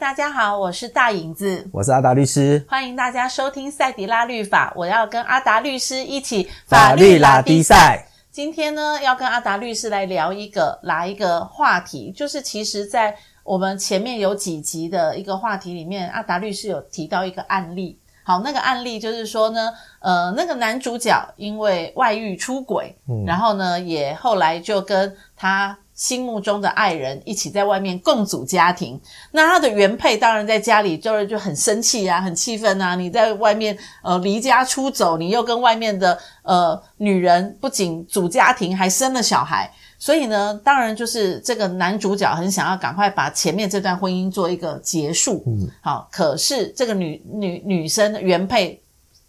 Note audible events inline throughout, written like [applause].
大家好，我是大影子，我是阿达律师，欢迎大家收听赛迪拉律法。我要跟阿达律师一起低。赛。今天呢，要跟阿达律师来聊一个哪一个话题，就是其实，在我们前面有几集的一个话题里面，阿达律师有提到一个案例。好，那个案例就是说呢，呃，那个男主角因为外遇出轨，然后呢，也后来就跟他心目中的爱人一起在外面共组家庭。那他的原配当然在家里就是就很生气啊，很气愤啊！你在外面呃离家出走，你又跟外面的呃女人不仅组家庭，还生了小孩。所以呢，当然就是这个男主角很想要赶快把前面这段婚姻做一个结束。嗯，好，可是这个女女女生原配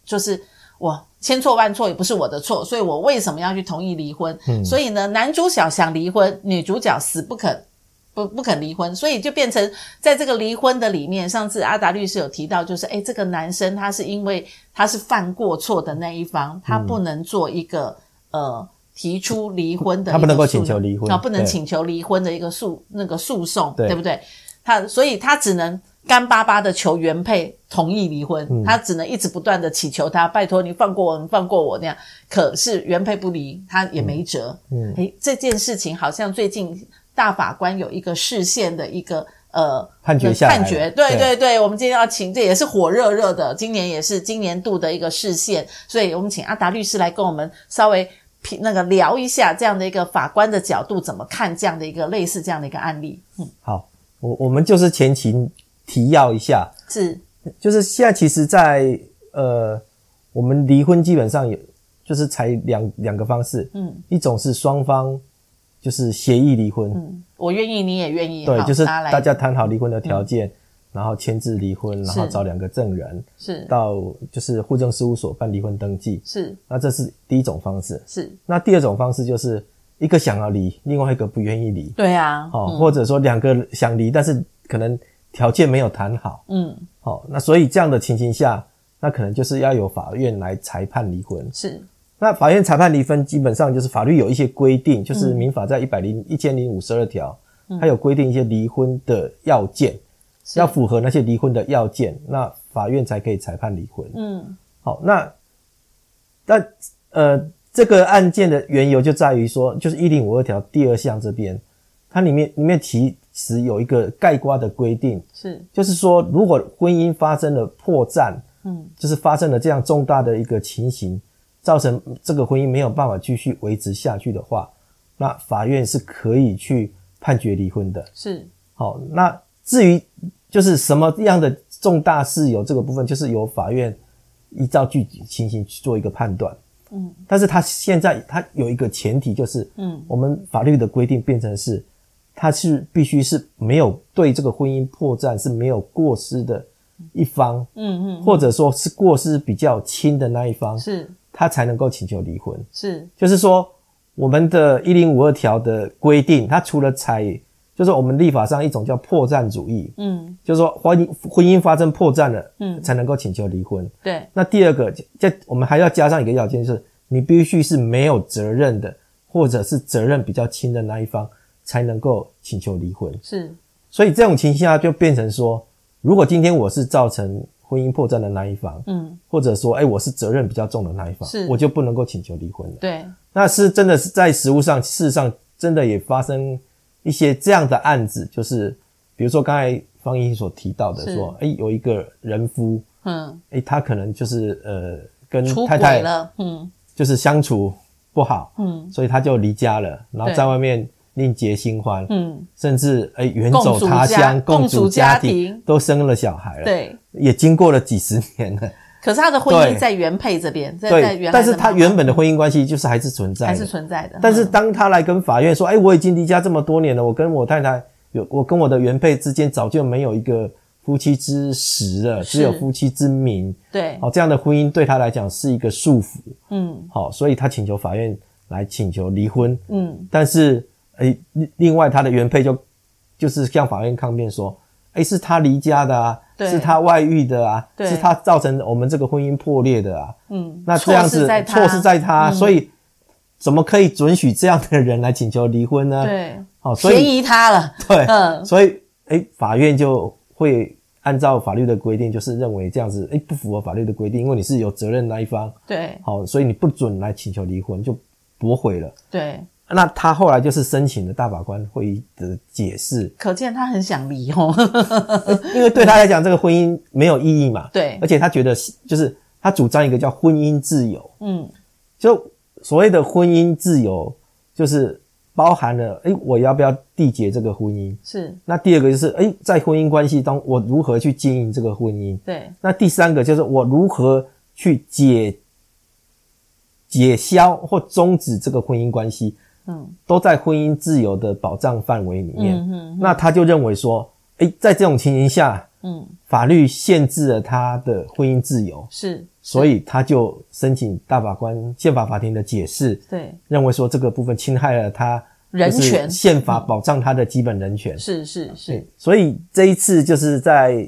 就是我千错万错也不是我的错，所以我为什么要去同意离婚？嗯所以呢，男主角想离婚，女主角死不肯。不不肯离婚，所以就变成在这个离婚的里面，上次阿达律师有提到，就是哎诶，这个男生他是因为他是犯过错的那一方，嗯他不能做一个、呃提出离婚的一个诉，他不能够请求离婚啊，不能对请求离婚的一个诉那个诉讼，对对不对？他所以他只能干巴巴的求原配同意离婚，嗯他只能一直不断的祈求他，拜托你放过我，你放过我那样。可是原配不离，他也没辙。嗯，诶，这件事情好像最近大法官有一个视线的一个呃判决下来判决，了对对对对，我们今天要请，这也是火热热的，今年也是今年度的一个视线，所以我们请阿达律师来跟我们稍微评那个聊一下这样的一个法官的角度怎么看这样的一个类似这样的一个案例，嗯，好，我我们就是前情提要一下，是就是现在其实在，呃，我们离婚基本上有就是才两两个方式，嗯，一种是双方就是协议离婚，我愿意，你嗯也愿意，对，好就是大来嗯大家谈好离婚的条件，然后签字离婚，然后是找两个证人是到就是户政事务所办离婚登记，是那这是第一种方式。是，那第二种方式就是一个想要离，另外一个不愿意离。对啊，哦，或者说两个想离，但是可能条件没有谈好，嗯，哦，那所以这样的情形下，那可能就是要由法院来裁判离婚。是那法院裁判离婚，基本上就是法律有一些规定，就是民法在一百零一千零五十二条，它有规定一些离婚的要件，要符合那些离婚的要件，那法院才可以裁判离婚。嗯好，那那呃，这个案件的缘由就在于说，就是一零五二条第二项这边，它里面里面其实有一个概括的规定，是就是说，如果婚姻发生了破绽，嗯就是发生了这样重大的一个情形，造成这个婚姻没有办法继续维持下去的话，那法院是可以去判决离婚的。是好，那至于就是什么样的重大事由这个部分，就是由法院依照具体情形去做一个判断。嗯，但是他现在他有一个前提，就是嗯，我们法律的规定变成是，他是必须是没有对这个婚姻破绽是没有过失的一方，嗯嗯嗯或者说是过失比较轻的那一方，是他才能够请求离婚。是就是说，我们的一零五二条的规定，它除了采，就是我们立法上一种叫破绽主义，嗯就是说婚姻婚姻发生破绽了，嗯，才能够请求离婚。对那第二个，这我们还要加上一个要件，就是你必须是没有责任的，或者是责任比较轻的那一方，才能够请求离婚。是所以这种情形下，就变成说，如果今天我是造成婚姻破绽的那一方，嗯或者说，哎、我是责任比较重的那一方是，我就不能够请求离婚了。对那是真的是在实物上，事实上真的也发生一些这样的案子，就是比如说刚才方英所提到的是说，哎、有一个人夫，嗯哎、他可能就是呃跟出太轨太了嗯就是相处不好，嗯所以他就离家了，然后对在外面另结新欢，嗯甚至哎、远共走组他家乡，共共组组家家庭庭，都生了小孩了，，对。也经过了几十年了，可是他的婚姻对在原配这边，在在对原，来但的是妈他妈原本的婚姻关系就是还是存在的，还是存在的。但是嗯当他来跟法院说：“哎、我已经离家这么多年了，我跟我太太有，我跟我的原配之间早就没有一个夫妻之实了，是只有夫妻之名。对，好，这样的婚姻对他来讲是一个束缚。嗯好，所以他请求法院来请求离婚。嗯，但是，哎、另另外他的原配就就是向法院抗辩说：，哎、是他离家的啊，对是他外遇的啊，对是他造成我们这个婚姻破裂的啊。嗯，那这样错子是在他嗯错是在他，所以怎么可以准许这样的人来请求离婚呢？哦对，好、所便以宜他了。对，嗯所以哎、诶法院就会按照法律的规定，就是认为这样子，哎、不符合法律的规定，因为你是有责任那一方，对好，所以你不准来请求离婚，就驳回了。对，那他后来就是申请了大法官会议的解释，可见他很想离哦。因为对他来讲，这个婚姻没有意义嘛。对而且他觉得是就是他主张一个叫婚姻自由，嗯，就所谓的婚姻自由，就是包含了哎、诶我要不要缔结这个婚姻？是那第二个就是哎、诶在婚姻关系中，我如何去经营这个婚姻？对那第三个就是我如何去解解消或终止这个婚姻关系，嗯，都在婚姻自由的保障范围里面。嗯哼那他就认为说，哎，在这种情形下，嗯法律限制了他的婚姻自由，是，所以他就申请大法官宪法法庭的解释，对认为说这个部分侵害了他人就是权宪法保障他的基本人权。是是对是，，所以这一次就是在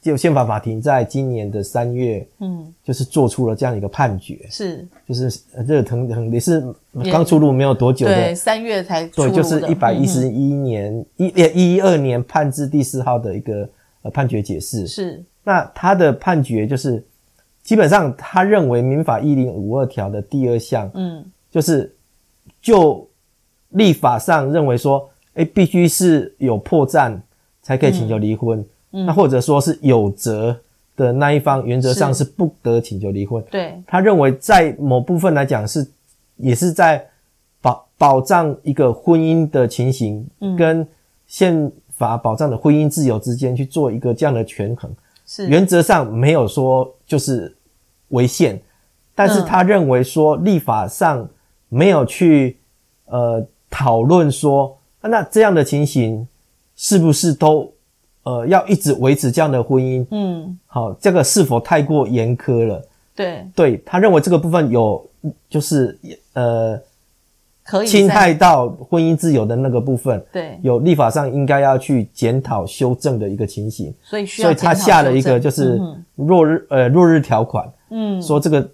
就宪法法庭在今年的三月，嗯就是做出了这样一个判决，是，就是呃热腾腾也是也刚出炉没有多久对，的，三月才出对，炉就是的一百一嗯十一年一一一二年判至第四号的一个呃判决解释。是那他的判决就是，基本上他认为民法一零五二条的第二项，嗯就是就立法上认为说，哎，必须是有破绽才可以请求离婚，那或者说是有责的那一方，原则上是是不得请求离婚。对他认为在某部分来讲是也是在保保障一个婚姻的情形，跟宪法保障的婚姻自由之间去做一个这样的权衡。是原则上没有说就是违宪，但是他认为说立法上没有去呃讨论说，啊那这样的情形是不是都呃要一直维持这样的婚姻？嗯好，这个是否太过严苛了？对对他认为这个部分有就是呃可以侵在害到婚姻自由的那个部分，对，有立法上应该要去检讨修正的一个情形。所以需要所以他检讨下修了一个正就是嗯哼落日、呃落日条款，嗯说这个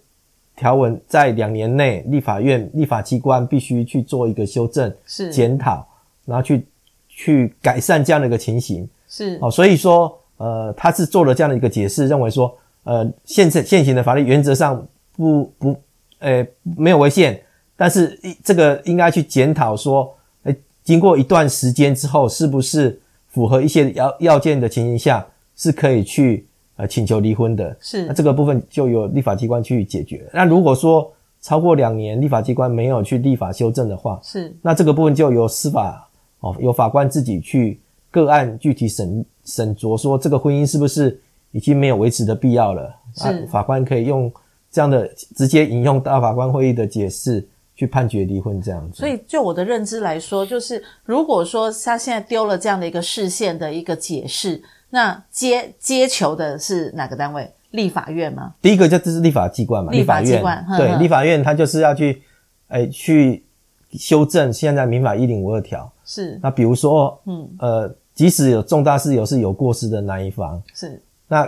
条文在两年内，立法院立法机关必须去做一个修正、是检讨，然后去去改善这样的一个情形。是哦，所以说呃，他是做了这样的一个解释，认为说呃现在现行的法律原则上不不呃没有违宪，但是一这个应该去检讨说，呃，经过一段时间之后，是不是符合一些要要件的情形下，是可以去呃请求离婚的。那是这个部分就由立法机关去解决。那如果说超过两年，立法机关没有去立法修正的话，是那这个部分就由司法哦，由法官自己去个案具体审审酌，说这个婚姻是不是已经没有维持的必要了。啊是法官可以用这样的直接引用大法官会议的解释去判决离婚这样子。所以，就我的认知来说，就是如果说他现在丢了这样的一个视线的一个解释，那接接球的是哪个单位？立法院吗？第一个就这是立法机关嘛，立法法机院关哼对哼立法院，它就是要去哎、去修正现在民法一零五二条。是那比如说，嗯呃，即使有重大事由是有过失的那一方，是，那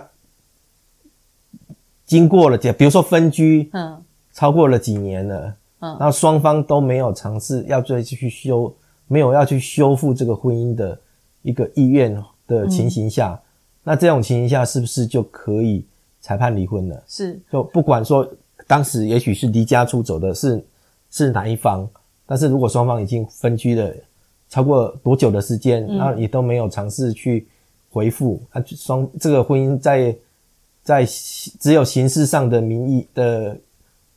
经过了这，比如说分居，嗯超过了几年了，嗯然后双方都没有尝试要再去修，没有要去修复这个婚姻的一个意愿的情形下，那这种情形下是不是就可以裁判离婚了？是就不管说当时也许是离家出走的是是哪一方，但是如果双方已经分居了超过多久的时间，那、也都没有尝试去回复，啊，就双这个婚姻在在只有形式上的名义的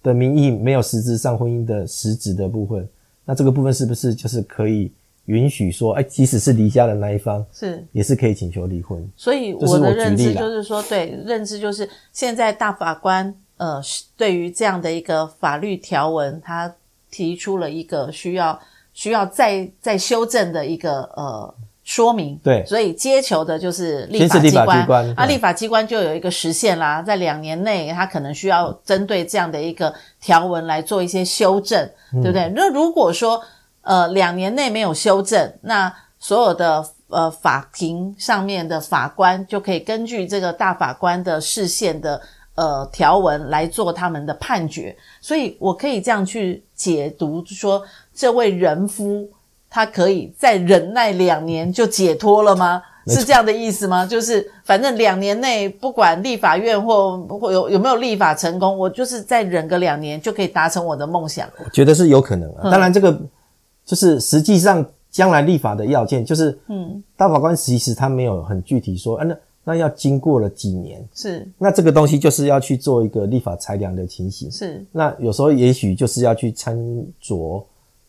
的名义，没有实质上婚姻的实质的部分，那这个部分是不是就是可以允许说，哎，即使是离家的那一方，是。也是可以请求离婚？所以这是我我的举认知例啦就是说，对认知就是现在大法官呃是对于这样的一个法律条文，他提出了一个需要需要再再修正的一个呃说明。对所以接球的就是立先法是机立法关，机关嗯啊，对立法机关就有一个时限啦，在两年内，他可能需要针对这样的一个条文来做一些修正，对不对？嗯那如果说呃两年内没有修正，那所有的呃法庭上面的法官就可以根据这个大法官的视线的呃条文来做他们的判决，所以我可以这样去解读说，这位人夫他可以再忍耐两年就解脱了吗？没错是这样的意思吗？就是反正两年内不管立法院或或有有没有立法成功，我就是再忍个两年就可以达成我的梦想。我觉得是有可能啊。当然，这个就是实际上将来立法的要件，就是嗯，大法官其实他没有很具体说，啊，那那要经过了几年，是那这个东西就是要去做一个立法裁量的情形。是，那有时候也许就是要去参酌，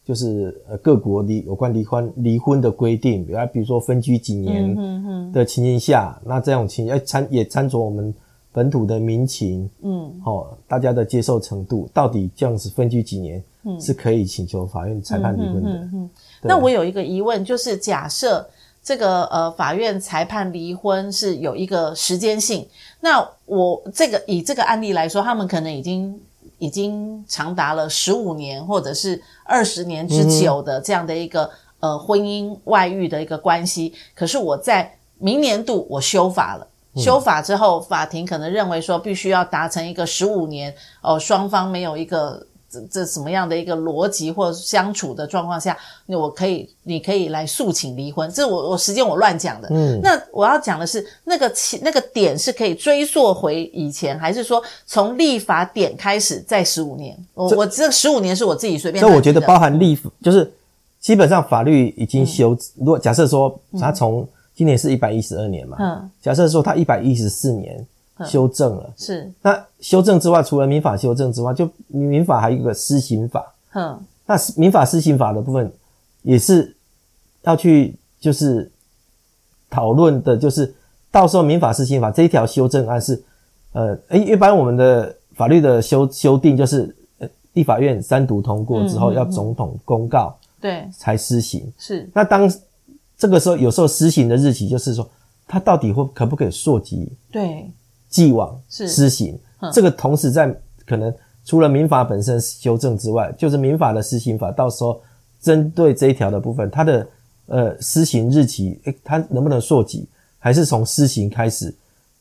就是呃各国离有关离婚离婚的规定，比如比如说分居几年的情形下，那这种情要参也参酌我们本土的民情，嗯，哦，大家的接受程度，到底这样子分居几年、是可以请求法院嗯裁判离婚的。啊那我有一个疑问，就是假设这个呃法院裁判离婚是有一个时间性，那我这个以这个案例来说，他们可能已经已经长达了十五年或者是二十年之久的这样的一个、呃婚姻外遇的一个关系，可是我在明年度我修法了。嗯修法之后，法庭可能认为说必须要达成一个十五年哦、双方没有一个这这什么样的一个逻辑或相处的状况下，那我可以，你可以来诉请离婚。这我我时间我乱讲的。嗯，那我要讲的是那个起那个点是可以追溯回以前，还是说从立法点开始再十五年？我我这十五年是我自己随便这乱记的。我觉得包含立法，就是基本上法律已经修，如果假设说他从今年是一百一十二年嘛，嗯假设说他一百一十四年修正了。是，那修正之外，除了民法修正之外，就民法还有一个施行法。哼，那民法施行法的部分也是要去就是讨论的，就是呃到时候民法施行法这一条修正案是，呃，诶一般我们的法律的修修订就是、呃、立法院三读通过之后，要总统公告对，才施行。是那当这个时候，有时候施行的日期就是说，它到底会可不可以溯及对，既往是嗯施行。这个同时在可能除了民法本身修正之外，就是民法的施行法，到时候针对这一条的部分，它的呃施行日期，诶它能不能溯及，还是从施行开始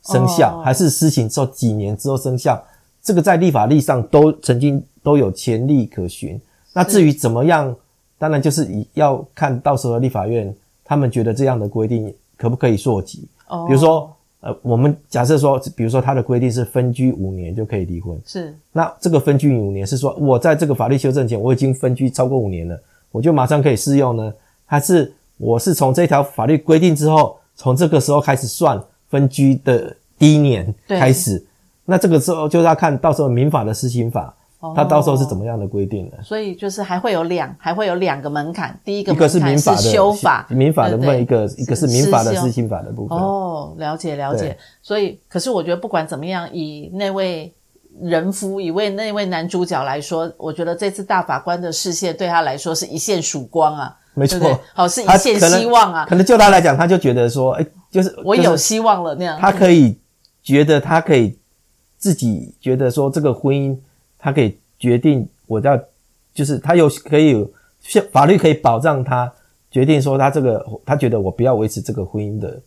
生效，哦还是施行之后几年之后生效？这个在立法例上都曾经都有前例可循。那至于怎么样，当然就是以要看到时候立法院他们觉得这样的规定可不可以溯及。哦，比如说，呃，我们假设说，比如说他的规定是分居五年就可以离婚，是那这个分居五年是说我在这个法律修正前我已经分居超过五年了，我就马上可以适用呢？还是我是从这条法律规定之后，从这个时候开始算分居的第一年对开始？那这个时候就是要看到时候民法的施行法，它到时候是怎么样的规定的？所以就是还会有两，还会有两个门槛。第一个一个门是槛民法的哦修法，民法对的部不分，对一个一个是民法的施修施行法的部分。哦，了解了解对。所以，可是我觉得不管怎么样，以那位人夫，以为那位男主角来说，我觉得这次大法官的视线对他来说是一线曙光啊，没对错不对？好，是一他线可能希望啊，可能就他来讲，他就觉得说，哎、就是我有就是希望了那样。他可以觉得他可以自己觉得说这个婚姻，他可以决定我要，就是他有可以有像法律可以保障他决定说他这个他觉得我不要维持这个婚姻的，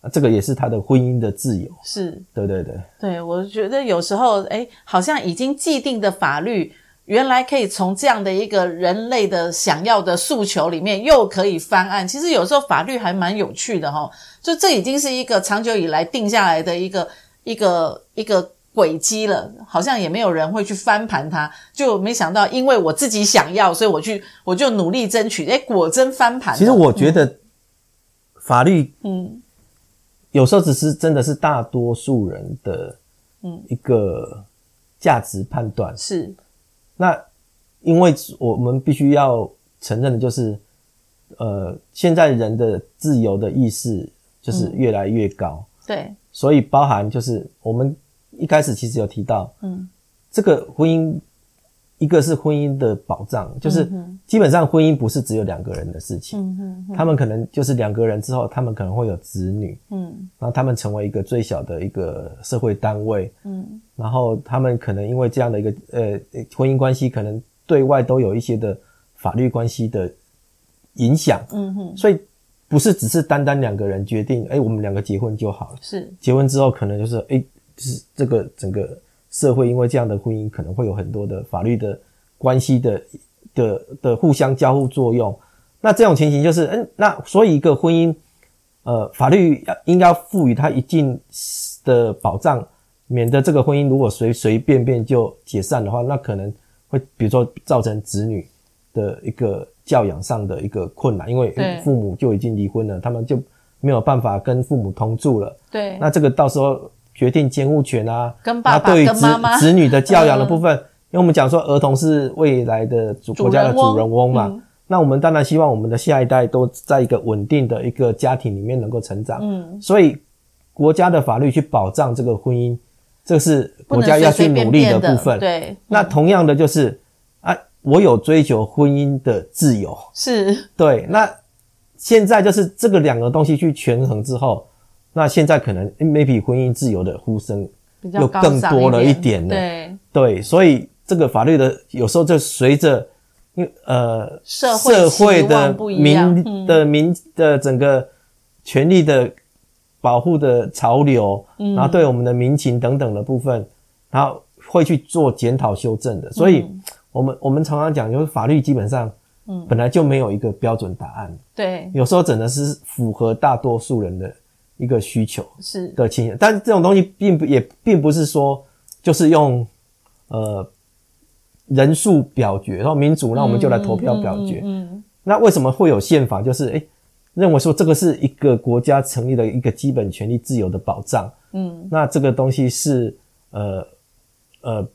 啊这个也是他的婚姻的自由，是对对对，对，我觉得有时候，哎，好像已经既定的法律，原来可以从这样的一个人类的想要的诉求里面，又可以翻案。其实有时候法律还蛮有趣的哈、哦，就这已经是一个长久以来定下来的一个一个一个轨迹了，好像也没有人会去翻盘它。就没想到，因为我自己想要，所以我去我就努力争取，哎，果真翻盘了。其实我觉得法律嗯，有时候只是真的是大多数人的一个价值判断，嗯是那因为我们必须要承认的就是，呃，现在人的自由的意识嗯就是越来越高，对，所以包含就是我们一开始其实有提到，嗯，这个婚姻，一个是婚姻的保障，就是基本上婚姻不是只有两个人的事情，嗯嗯他们可能就是两个人之后，他们可能会有子女，嗯然后他们成为一个最小的一个社会单位，嗯，然后他们可能因为这样的一个呃呃婚姻关系，可能对外都有一些的法律关系的影响，嗯哼，所以不是只是单单两个人决定，哎，我们两个结婚就好了。是结婚之后，可能就是哎，就是这个整个社会因为这样的婚姻，可能会有很多的法律的关系的的的互相交互作用。那这种情形就是，嗯，那所以一个婚姻，呃，法律要应该赋予他一定的保障，免得这个婚姻如果随随便便就解散的话，那可能会比如说造成子女的一个教养上的一个困难，因为对父母就已经离婚了，他们就没有办法跟父母同住了。对，那这个到时候决定监护权啊，跟爸爸那对于跟子妈妈嗯子女的教养的部分，因为我们讲说儿童是未来的主主国家的人翁主人翁嘛，嗯那我们当然希望我们的下一代都在一个稳定的一个家庭里面能够成长，嗯，所以国家的法律去保障这个婚姻，这是不国能家要去随随便努力便部分。对，那同样的就是啊，我有追求婚姻的自由， [laughs] 是对，那现在就是这个两个东西去权衡之后，那现在可能诶 maybe 婚姻自由的呼声，比较又高更尚多了一一点了对，对，所以这个法律的有时候就随着，因为呃社会社会期望的不一样民、嗯的民的整个权利的保护的潮流，嗯然后对我们的民情等等的部分，然后会去做检讨修正的，所以嗯我们、我们常常讲，就是法律基本上。本来就没有一个标准答案，对，有时候真的是符合大多数人的一个需求是，的情形，但是这种东西并不也并不是说就是用呃人数表决，然后民主，那我们就来投票表决。嗯，那为什么会有宪法？就是诶认为说这个是一个国家成立的一个基本权利自由的保障。嗯，那这个东西是呃呃，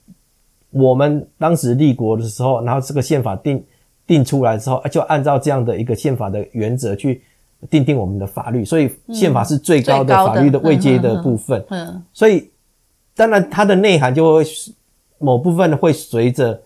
我们当时立国的时候，然后这个宪法定定出来之后，啊就按照这样的一个宪法的原则去定定我们的法律，所以宪法是最高嗯最的高的法律的位阶的嗯部分。嗯，所以当然它的内涵就会某部分会随着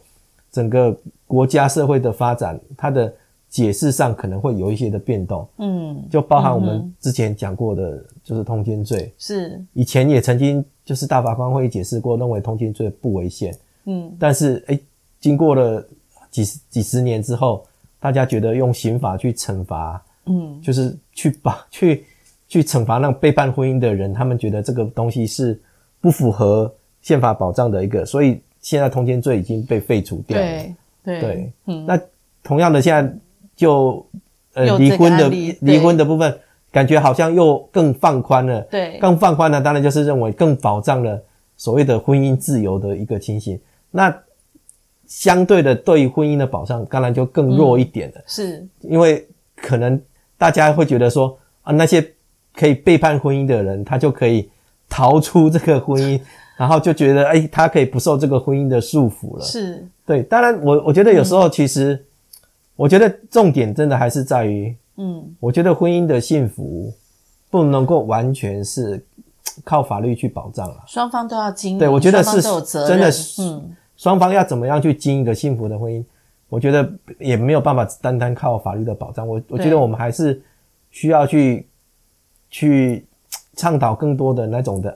整个国家社会的发展，它的解释上可能会有一些的变动，嗯，就包含我们之前讲过的，就是通奸罪，是，以前也曾经就是大法官会议解释过，认为通奸罪不违宪，嗯，但是诶，经过了几十几十年之后，大家觉得用刑法去惩罚，嗯，就是去把 [laughs] 去去惩罚那种背叛婚姻的人，他们觉得这个东西是不符合宪法保障的一个，所以现在通奸罪已经被废除掉了。对，对，对，嗯那同样的，现在就呃又离这个婚的案例对离婚的部分，感觉好像又更放宽了。对更放宽了，当然就是认为更保障了所谓的婚姻自由的一个情形。那相对的，对于婚姻的保障，当然就更弱一点了。是，因为可能大家会觉得说啊，那些可以背叛婚姻的人，他就可以逃出这个婚姻，然后就觉得哎，他可以不受这个婚姻的束缚了。是，对，当然我我觉得有时候其实，我觉得重点真的还是在于，嗯，我觉得婚姻的幸福不能够完全是靠法律去保障了。啊双方都要经营，对我觉得双方是都有责任，真的是嗯，双方要怎么样去经营一个幸福的婚姻，我觉得也没有办法单单靠法律的保障。我我觉得我们还是需要去去倡导更多的那种的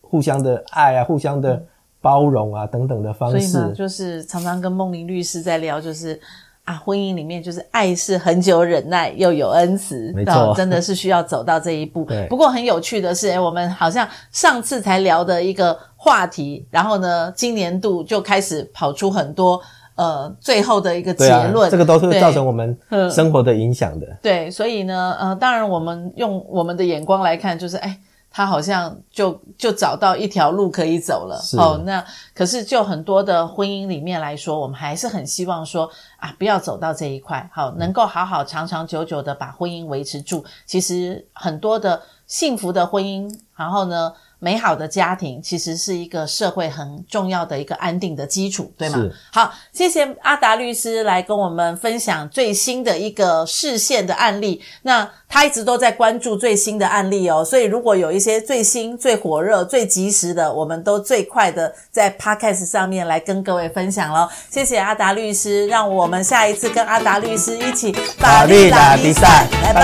互相的爱啊、互相的包容啊等等的方嗯所以式。嘛，就是常常跟梦玲律师在聊，就是啊，婚姻里面就是爱是很久忍耐，又有恩慈，没错哦真的是需要走到这一步 [laughs] 对。不过很有趣的是，诶哎我们好像上次才聊的一个话题，然后呢，今年度就开始跑出很多呃最后的一个结对啊论，，这个都是对造成我们嗯生活的影响的。对，所以呢，呃，当然我们用我们的眼光来看，就是哎，他好像就就找到一条路可以走了是哦。那可是就很多的婚姻里面来说，我们还是很希望说啊，不要走到这一块，好、能够好好长长久久的把婚姻维持住。其实很多的幸福的婚姻，然后呢。美好的家庭其实是一个社会很重要的一个安定的基础，对吗？是好，谢谢阿达律师来跟我们分享最新的一个视线的案例。那他一直都在关注最新的案例哦，所以如果有一些最新、最火热、最及时的，我们都最快的在 Podcast 上面来跟各位分享喽。谢谢阿达律师，让我们下一次跟阿达律师一起法律拉比赛拜拜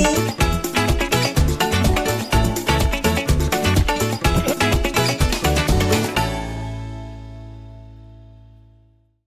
拜